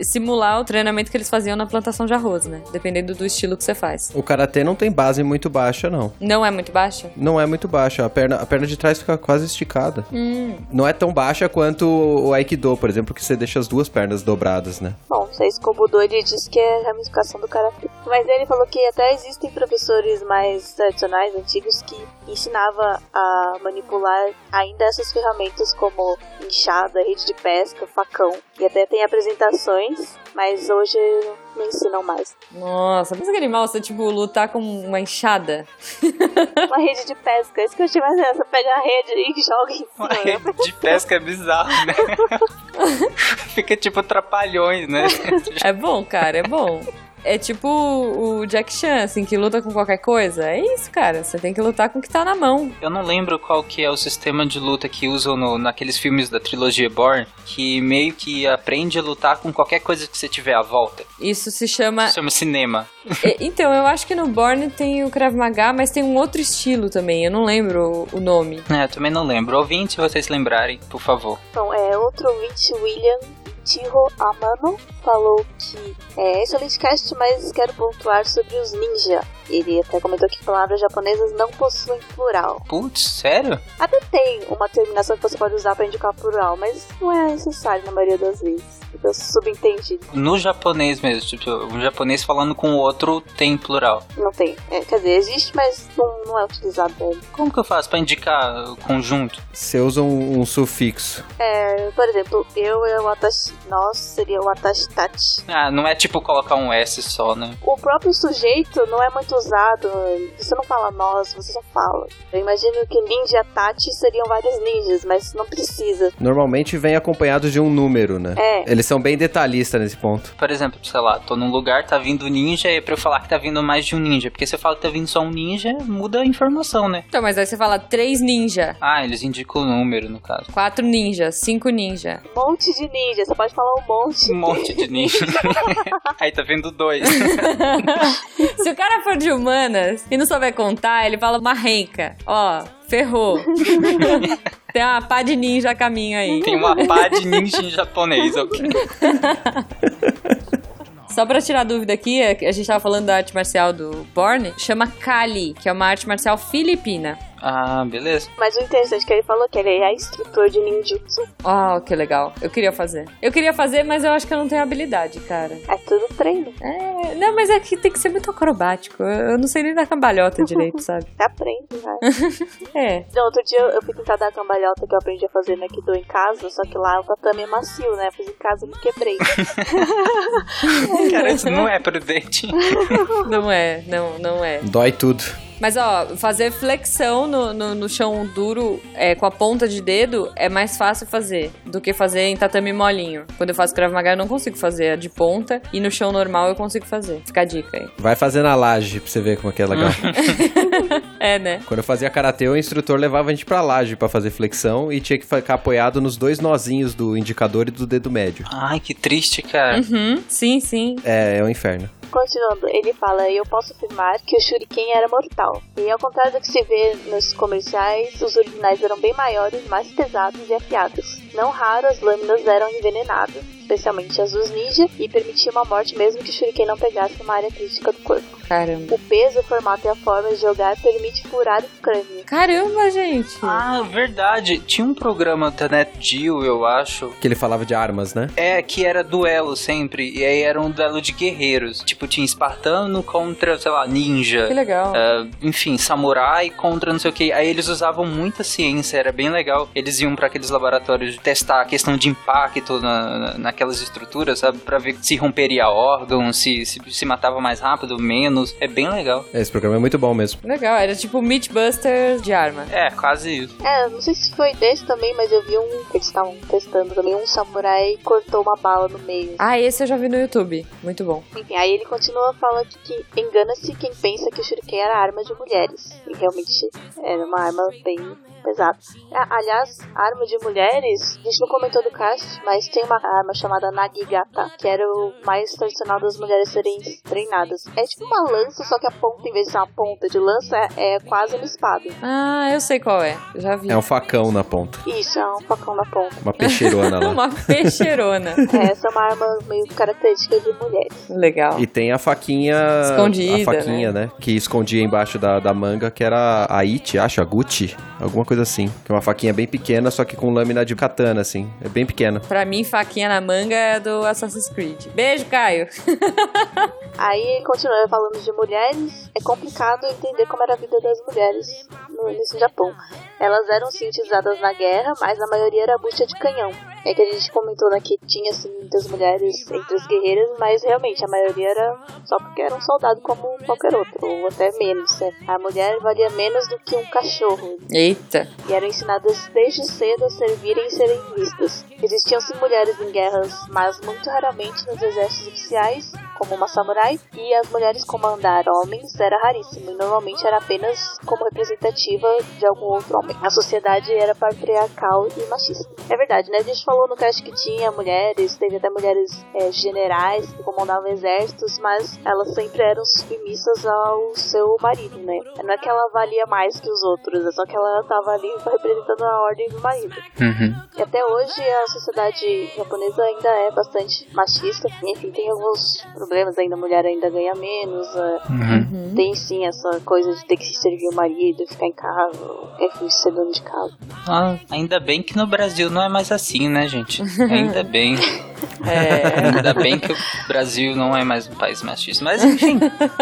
[SPEAKER 2] simular o treinamento que eles faziam na plantação de arroz, né? Dependendo do estilo que você faz.
[SPEAKER 5] O karatê não tem base muito baixa, não.
[SPEAKER 2] Não é muito baixa?
[SPEAKER 5] Não é muito baixa. A perna, a perna de trás fica quase esticada. Não é tão baixa quanto o Aikido, por exemplo, que você deixa as duas pernas dobradas, né?
[SPEAKER 7] Bom, se é escobudô, ele disse que é ramificação do karatê. Mas ele falou que até existem professores mais tradicionais, antigos, que ensinava a manipular ainda essas ferramentas como enxada, rede de pesca, facão. E até tem apresentações, mas hoje não ensinam mais.
[SPEAKER 2] Nossa, pensa que animal você, tipo, lutar com uma enxada.
[SPEAKER 7] Uma rede de pesca, é isso que eu achei mais essa. Pega a rede e joga em
[SPEAKER 3] Uma
[SPEAKER 7] cima.
[SPEAKER 3] rede de pesca é bizarro, né? Fica tipo trapalhões, né?
[SPEAKER 2] É bom, cara, é bom. É tipo o Jack Chan, assim, que luta com qualquer coisa. É isso, cara. Você tem que lutar com o que tá na mão.
[SPEAKER 3] Eu não lembro qual que é o sistema de luta que usam no- naqueles filmes da trilogia Born, que meio que aprende a lutar com qualquer coisa que você tiver à volta.
[SPEAKER 2] Isso se chama.
[SPEAKER 3] Isso chama cinema.
[SPEAKER 2] E- Então, eu acho que no Born tem o Krav Maga, mas tem um outro estilo também. Eu não lembro o o nome.
[SPEAKER 3] É, eu também não lembro. Ouvinte, se vocês lembrarem, por favor.
[SPEAKER 7] Então, é, outro ouvinte, William Tiro Amano, falou que é excelente cast, mas quero pontuar sobre os ninja. Ele até comentou que palavras japonesas não possuem plural.
[SPEAKER 3] Putz, sério?
[SPEAKER 7] Até tem uma terminação que você pode usar pra indicar plural, mas não é necessário na maioria das vezes. Fica subentendido,
[SPEAKER 3] No japonês mesmo, tipo, um japonês falando com o outro tem plural.
[SPEAKER 7] não tem. É, quer dizer, existe, mas não, não é utilizado. né?
[SPEAKER 3] Como que eu faço pra indicar o conjunto?
[SPEAKER 5] Você usa um, um sufixo.
[SPEAKER 7] É, por exemplo, eu é o atashi, nós seria o atashitachi.
[SPEAKER 3] Ah, não é tipo colocar um S só, né?
[SPEAKER 7] O próprio sujeito não é muito usado. Você não fala nós, você só fala. Eu imagino que ninja Tati seriam vários ninjas, mas não precisa.
[SPEAKER 5] Normalmente vem acompanhado de um número, né?
[SPEAKER 7] É.
[SPEAKER 5] Eles são bem detalhistas nesse ponto.
[SPEAKER 3] Por exemplo, sei lá, tô num lugar, tá vindo ninja, e pra eu falar que tá vindo mais de um ninja. Porque se eu falo que tá vindo só um ninja, muda a informação, né?
[SPEAKER 2] Então, mas aí você fala três ninja,
[SPEAKER 3] Ah, eles indicam o número, no caso.
[SPEAKER 2] quatro ninja, cinco ninja.
[SPEAKER 7] Um monte de ninja, você pode falar um monte.
[SPEAKER 3] Um monte de ninja. Aí tá vindo dois.
[SPEAKER 2] Se o cara for de humanas e não souber contar, ele fala uma renca. Ó, ferrou. tem uma pá de ninja a caminho aí.
[SPEAKER 3] Tem uma pá de ninja em japonês, ok?
[SPEAKER 2] Só pra tirar a dúvida aqui, é a a gente tava falando da arte marcial do Borne, chama Kali, que é uma arte marcial filipina.
[SPEAKER 3] Ah, beleza.
[SPEAKER 7] Mas o interessante é que ele falou que ele é instrutor de ninjutsu.
[SPEAKER 2] Ah, que legal. Eu queria fazer. Eu queria fazer, mas eu acho que eu não tenho habilidade, cara.
[SPEAKER 7] É tudo treino.
[SPEAKER 2] É, não, mas é que tem que ser muito acrobático. Eu eu não sei nem dar cambalhota direito, sabe?
[SPEAKER 7] Aprende, vai.
[SPEAKER 2] É.
[SPEAKER 7] Tá né? Não, outro dia eu, eu fui tentar dar a cambalhota que eu aprendi a fazer no Aikido em casa, só que lá o tatame é macio, né? Fiz em casa e me quebrei.
[SPEAKER 3] Cara, isso não é prudente.
[SPEAKER 2] Não é, não, não é.
[SPEAKER 5] Dói tudo.
[SPEAKER 2] Mas ó, fazer flexão no, no, no chão duro é, com a ponta de dedo é mais fácil fazer do que fazer em tatame molinho. Quando eu faço Krav Maga eu não consigo fazer a de ponta e no chão normal eu consigo fazer. Fica a dica aí.
[SPEAKER 5] Vai fazer na laje pra você ver como é que é legal.
[SPEAKER 2] É, né?
[SPEAKER 5] Quando eu fazia karatê, o instrutor levava a gente pra laje pra fazer flexão e tinha que ficar apoiado nos dois nozinhos do indicador e do dedo médio.
[SPEAKER 3] Ai, que triste, cara.
[SPEAKER 2] Uhum, sim, sim.
[SPEAKER 5] É, é um inferno.
[SPEAKER 7] Continuando, ele fala: Eu posso afirmar que o Shuriken era mortal. E ao contrário do que se vê nos comerciais, os originais eram bem maiores, mais pesados e afiados. Não raro, as lâminas eram envenenadas, especialmente as dos ninja, e permitiam uma morte mesmo que o Shuriken não pegasse uma área crítica do corpo.
[SPEAKER 2] Caramba.
[SPEAKER 7] O peso, o formato e a forma de jogar permite furar o crânio.
[SPEAKER 2] Caramba, gente.
[SPEAKER 3] Ah, verdade. Tinha um programa da Net Geo, eu acho,
[SPEAKER 5] Que ele falava de armas, né?
[SPEAKER 3] É, que era duelo sempre. E aí era um duelo de guerreiros. Tipo, tinha espartano contra, sei lá, ninja.
[SPEAKER 2] Que legal.
[SPEAKER 3] Ah, enfim, samurai contra não sei o que. Aí eles usavam muita ciência, era bem legal. Eles iam pra aqueles laboratórios testar a questão de impacto na, na- naquelas estruturas, sabe? Pra ver se romperia órgão, se, se, se matava mais rápido, menos. É bem legal.
[SPEAKER 5] Esse programa é muito bom mesmo.
[SPEAKER 2] Legal, era tipo Meatbusters de arma.
[SPEAKER 3] É, quase isso.
[SPEAKER 7] É, não sei se foi desse também, mas eu vi um. Eles estavam testando também. Um samurai cortou uma bala no meio.
[SPEAKER 2] Ah, esse eu já vi no YouTube. Muito bom.
[SPEAKER 7] Enfim, aí ele continua falando que, que engana-se quem pensa que o shuriken era arma de mulheres. E realmente era uma arma bem pesada. A- aliás, arma de mulheres, a gente não comentou do cast, mas tem uma arma chamada Nagigata, que era o mais tradicional das mulheres serem treinadas. É tipo uma lança, só que a ponta, em vez de ser uma ponta de lança, é, é quase uma espada.
[SPEAKER 2] Ah, eu sei qual é. Já vi.
[SPEAKER 5] É um facão na ponta.
[SPEAKER 7] Isso, é um facão na ponta.
[SPEAKER 5] Uma peixeirona lá.
[SPEAKER 2] É Uma peixeirona.
[SPEAKER 7] É, essa é uma arma meio característica de mulheres.
[SPEAKER 2] Legal.
[SPEAKER 5] E tem a faquinha.
[SPEAKER 2] Escondida,
[SPEAKER 5] A faquinha, né? Que escondia embaixo da, da manga, que era a It, acho, a Gucci. Alguma coisa assim. Que é uma faquinha bem pequena, só que com lâmina de katana, assim. É bem pequena.
[SPEAKER 2] Pra mim, faquinha na manga é do Assassin's Creed. Beijo, Caio.
[SPEAKER 7] Aí, continuando falando de mulheres, é complicado entender como era a vida das mulheres no, nesse Japão. Elas eram sim utilizadas na guerra, mas a maioria era bucha de canhão. É que a gente comentou né, que tinha assim muitas mulheres entre as guerreiras, mas realmente a maioria era só porque era um soldado como qualquer outro, ou até menos. Né? A mulher valia menos do que um cachorro,
[SPEAKER 2] Eita.
[SPEAKER 7] e eram ensinadas desde cedo a servirem e serem vistas. Existiam sim mulheres em guerras, mas muito raramente nos exércitos oficiais, como uma samurai, e as mulheres comandar homens era raríssimo, e normalmente era apenas como representativa de algum outro homem. A sociedade era patriarcal e machista. É verdade, né? A gente falou no cast que tinha mulheres, teve até mulheres eh, generais que comandavam exércitos, mas elas sempre eram submissas ao seu marido, né? Não é que ela valia mais que os outros, é só que ela estava ali representando a ordem do marido. E até hoje a sociedade japonesa ainda é bastante machista. Enfim, tem alguns problemas ainda, a mulher ainda ganha menos. eh, Tem sim essa coisa de ter que servir o marido, ficar em casa, enfim, ser dono de casa.
[SPEAKER 3] Ah, ainda bem que no Brasil não é mais assim, né, gente? Ainda bem.
[SPEAKER 2] É.
[SPEAKER 3] Ainda bem que o Brasil não é mais um país machista. Mas enfim,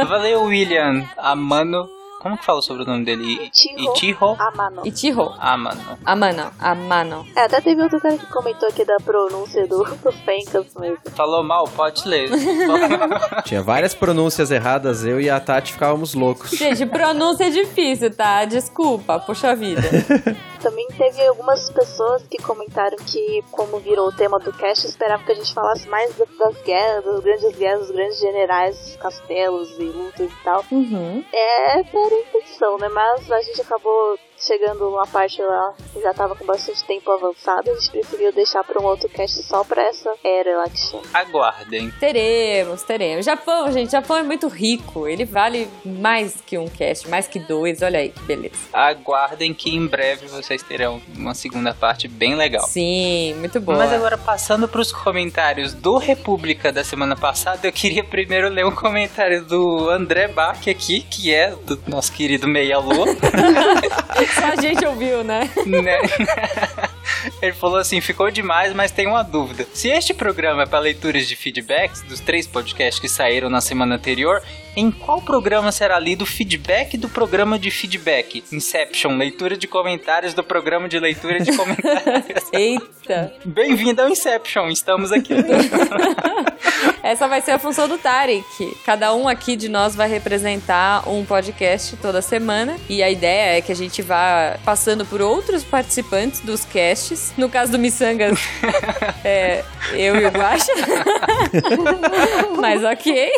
[SPEAKER 3] valeu, William Amano. Como que fala sobre o nome dele?
[SPEAKER 7] Ichiho.
[SPEAKER 3] Ichiho
[SPEAKER 7] Ah, mano.
[SPEAKER 2] Ichiho.
[SPEAKER 3] Amano.
[SPEAKER 2] Amano. Amano.
[SPEAKER 7] É, até teve outro cara que comentou aqui da pronúncia do, do Fencas, mas
[SPEAKER 3] Falou mal, pode ler.
[SPEAKER 5] Tinha várias pronúncias erradas, eu e a Tati ficávamos loucos.
[SPEAKER 2] Gente, pronúncia é difícil, tá? Desculpa. Puxa vida.
[SPEAKER 7] Também teve algumas pessoas que comentaram que, como virou o tema do cast, esperavam que a gente falasse mais da- das guerras, das grandes guerras, dos grandes generais, castelos e lutas e tal.
[SPEAKER 2] Uhum.
[SPEAKER 7] É, era a intenção, né? Mas a gente acabou chegando numa parte lá que já tava com bastante tempo avançado, a gente preferiu deixar pra um outro cast só pra essa era lá que chama.
[SPEAKER 3] Aguardem.
[SPEAKER 2] Teremos, teremos. Japão, gente, Japão é muito rico. Ele vale mais que um cast, mais que dois. Olha aí, que beleza.
[SPEAKER 3] Aguardem que em breve vocês terão uma segunda parte bem legal.
[SPEAKER 2] Sim, muito bom.
[SPEAKER 3] Mas agora, passando para os comentários do República da semana passada, eu queria primeiro ler um comentário do André Bach aqui, que é do nosso querido Meia Lua.
[SPEAKER 2] Só a gente ouviu, né?
[SPEAKER 3] né? Ele falou assim: ficou demais, mas tem uma dúvida. Se este programa é para leituras de feedbacks dos três podcasts que saíram na semana anterior, em qual programa será lido o feedback do programa de feedback? Inception, leitura de comentários do programa de leitura de comentários.
[SPEAKER 2] Eita!
[SPEAKER 3] Bem-vindo ao Inception, estamos aqui.
[SPEAKER 2] Essa vai ser a função do Tarek. Cada um aqui de nós vai representar um podcast toda semana. E a ideia é que a gente vá passando por outros participantes dos casts. No caso do Missanga, é, eu e o Guaxa. Mas ok.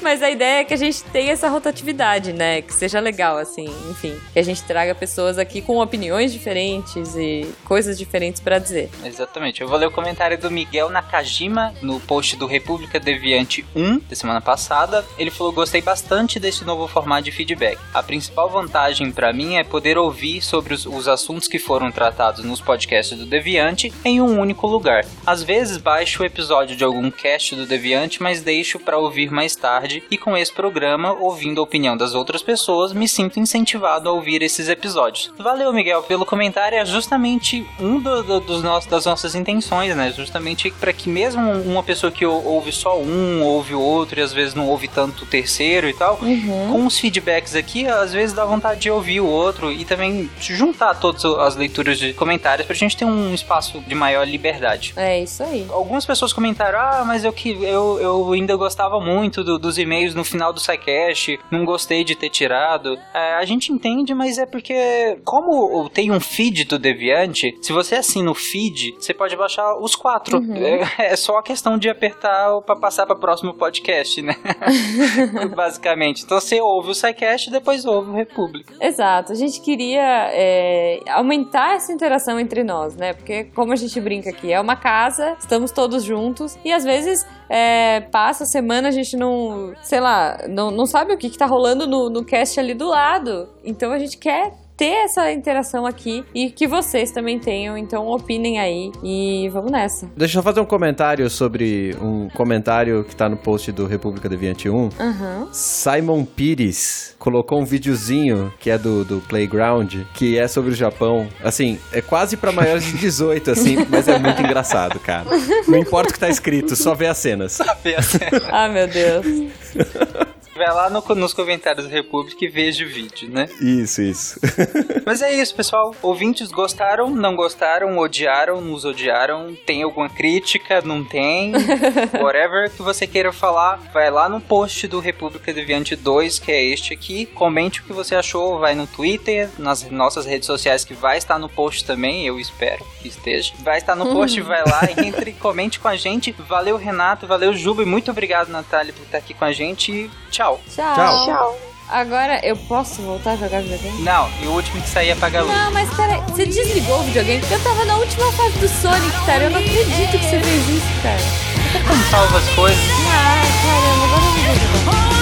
[SPEAKER 2] Mas a ideia é que a gente tenha essa rotatividade, né? Que seja legal, assim, enfim. Que a gente traga pessoas aqui com opiniões diferentes e coisas diferentes pra dizer.
[SPEAKER 3] Exatamente. Eu vou ler o comentário do Miguel Nakajima no post do República Deviante 1 da semana passada. Ele falou: "Gostei bastante desse novo formato de feedback. A principal vantagem pra mim é poder ouvir sobre os, os assuntos que foram tratados nos podcasts do Deviante em um único lugar. Às vezes baixo o episódio de algum cast do Deviante, mas deixo pra ouvir mais tarde e com esse programa, ouvindo a opinião das outras pessoas, me sinto incentivado a ouvir esses episódios." Valeu, Miguel, pelo comentário. É justamente um do- do- dos nossos das nossas intenções, né? Justamente pra que mesmo uma pessoa que ou- ouve só um, ouve o outro e às vezes não ouve tanto o terceiro e tal, com os feedbacks aqui, às vezes dá vontade de ouvir o outro e também juntar todas as leituras de comentários pra gente ter um espaço de maior liberdade.
[SPEAKER 2] É isso aí.
[SPEAKER 3] Algumas pessoas comentaram, ah, mas eu que eu, eu ainda gostava muito do- dos e-mails no final do SciCast, não gostei de ter tirado. É, a gente entende, mas é porque, como tem um feed do Deviante, se você assina o feed, você pode baixar os quatro. É, é só a questão de apertar o- pra passar pra próximo podcast, né? Basicamente. Então você ouve o SciCast e depois ouve o República.
[SPEAKER 2] Exato, a gente queria é, aumentar essa interação entre nós, né? Porque, como a gente brinca aqui, é uma casa, estamos todos juntos e às vezes é, passa a semana, a gente não, sei lá, não, não sabe o que, que tá rolando no, no cast ali do lado. Então a gente quer ter essa interação aqui e que vocês também tenham, então opinem aí e vamos nessa.
[SPEAKER 5] Deixa eu só fazer um comentário sobre um comentário que tá no post do República Deviante 1.
[SPEAKER 2] Aham.
[SPEAKER 5] Simon Pires colocou um videozinho que é do, do Playground, que é sobre o Japão. Assim, é quase pra maiores de 18, assim, mas é muito engraçado, cara. Não importa o que tá escrito, só vê as cenas.
[SPEAKER 2] Ah, meu Deus.
[SPEAKER 3] Vai lá no- nos comentários do República e veja o vídeo, né?
[SPEAKER 5] Isso, isso.
[SPEAKER 3] Mas é isso, pessoal. Ouvintes gostaram, não gostaram, odiaram, nos odiaram, tem alguma crítica, não tem, whatever que você queira falar, vai lá no post do República Deviante 2, que é este aqui, comente o que você achou, vai no Twitter, nas nossas redes sociais que vai estar no post também, eu espero que esteja. Vai estar no post, vai lá, entre, comente com a gente. Valeu, Renato, valeu, Juba, e muito obrigado, Natália, por estar aqui com a gente e tchau.
[SPEAKER 2] Tchau.
[SPEAKER 5] Tchau.
[SPEAKER 7] Tchau.
[SPEAKER 2] Agora eu posso voltar a jogar videogame?
[SPEAKER 3] Não, e o último que sair apaga a luz.
[SPEAKER 2] Não, mas peraí, você desligou o videogame? Porque eu tava na última fase do Sonic, cara. Eu não acredito que você fez isso, cara.
[SPEAKER 3] Salva as coisas.
[SPEAKER 2] Ah, caramba, agora eu não vou jogar.